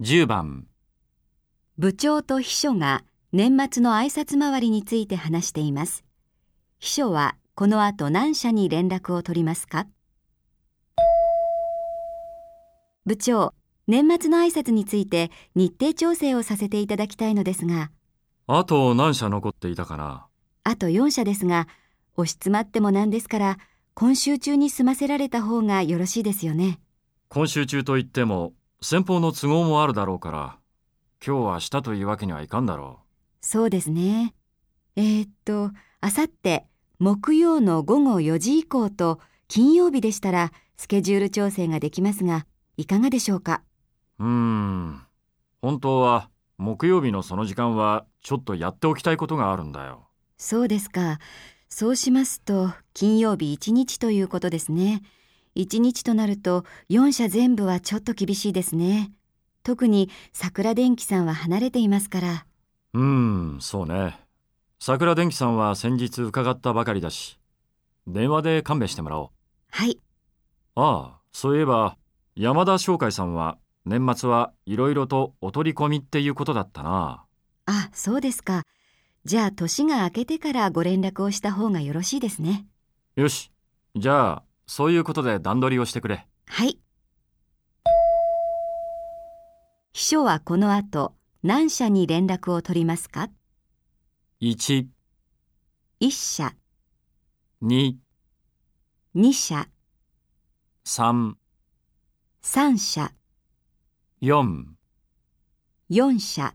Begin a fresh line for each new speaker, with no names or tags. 10番、
部長と秘書が年末の挨拶回りについて話しています。秘書はこの後何社に連絡を取りますか部長、年末の挨拶について日程調整をさせていただきたいのですが、
あと何社残っていたかな
あと4社ですが、押し詰まってもなんですから、今週中に済ませられた方がよろしいですよね。
今週中といっても、先方の都合もあるだろうから、今日はしたというわけにはいかんだろ
そうですね。えーっと、あさって木曜の午後4時以降と金曜日でしたらスケジュール調整ができますが、いかがでしょうか
う。うーん、本当は木曜日のその時間はちょっとやっておきたいことがあるんだよ。
そうですか。そうしますと、金曜日1日ということですね。1日となると4社全部はちょっと厳しいですね。特に桜電機さんは離れていますから。
うーん、そうね。桜電機さんは先日伺ったばかりだし、電話で勘弁してもらおう。
はい。
ああ、そういえば、山田商会さんは、年末はいろいろとお取り込みっていうことだったな。
あ、そうですか。じゃあ年が明けてからご連絡をした方がよろしいですね。
よし、じゃあ、そういうことで段取りをしてくれ。
はい。秘書はこの後、何社に連絡を取りますか
1、
?1 社、
2、
2社、
3、
3社、
4。
4社。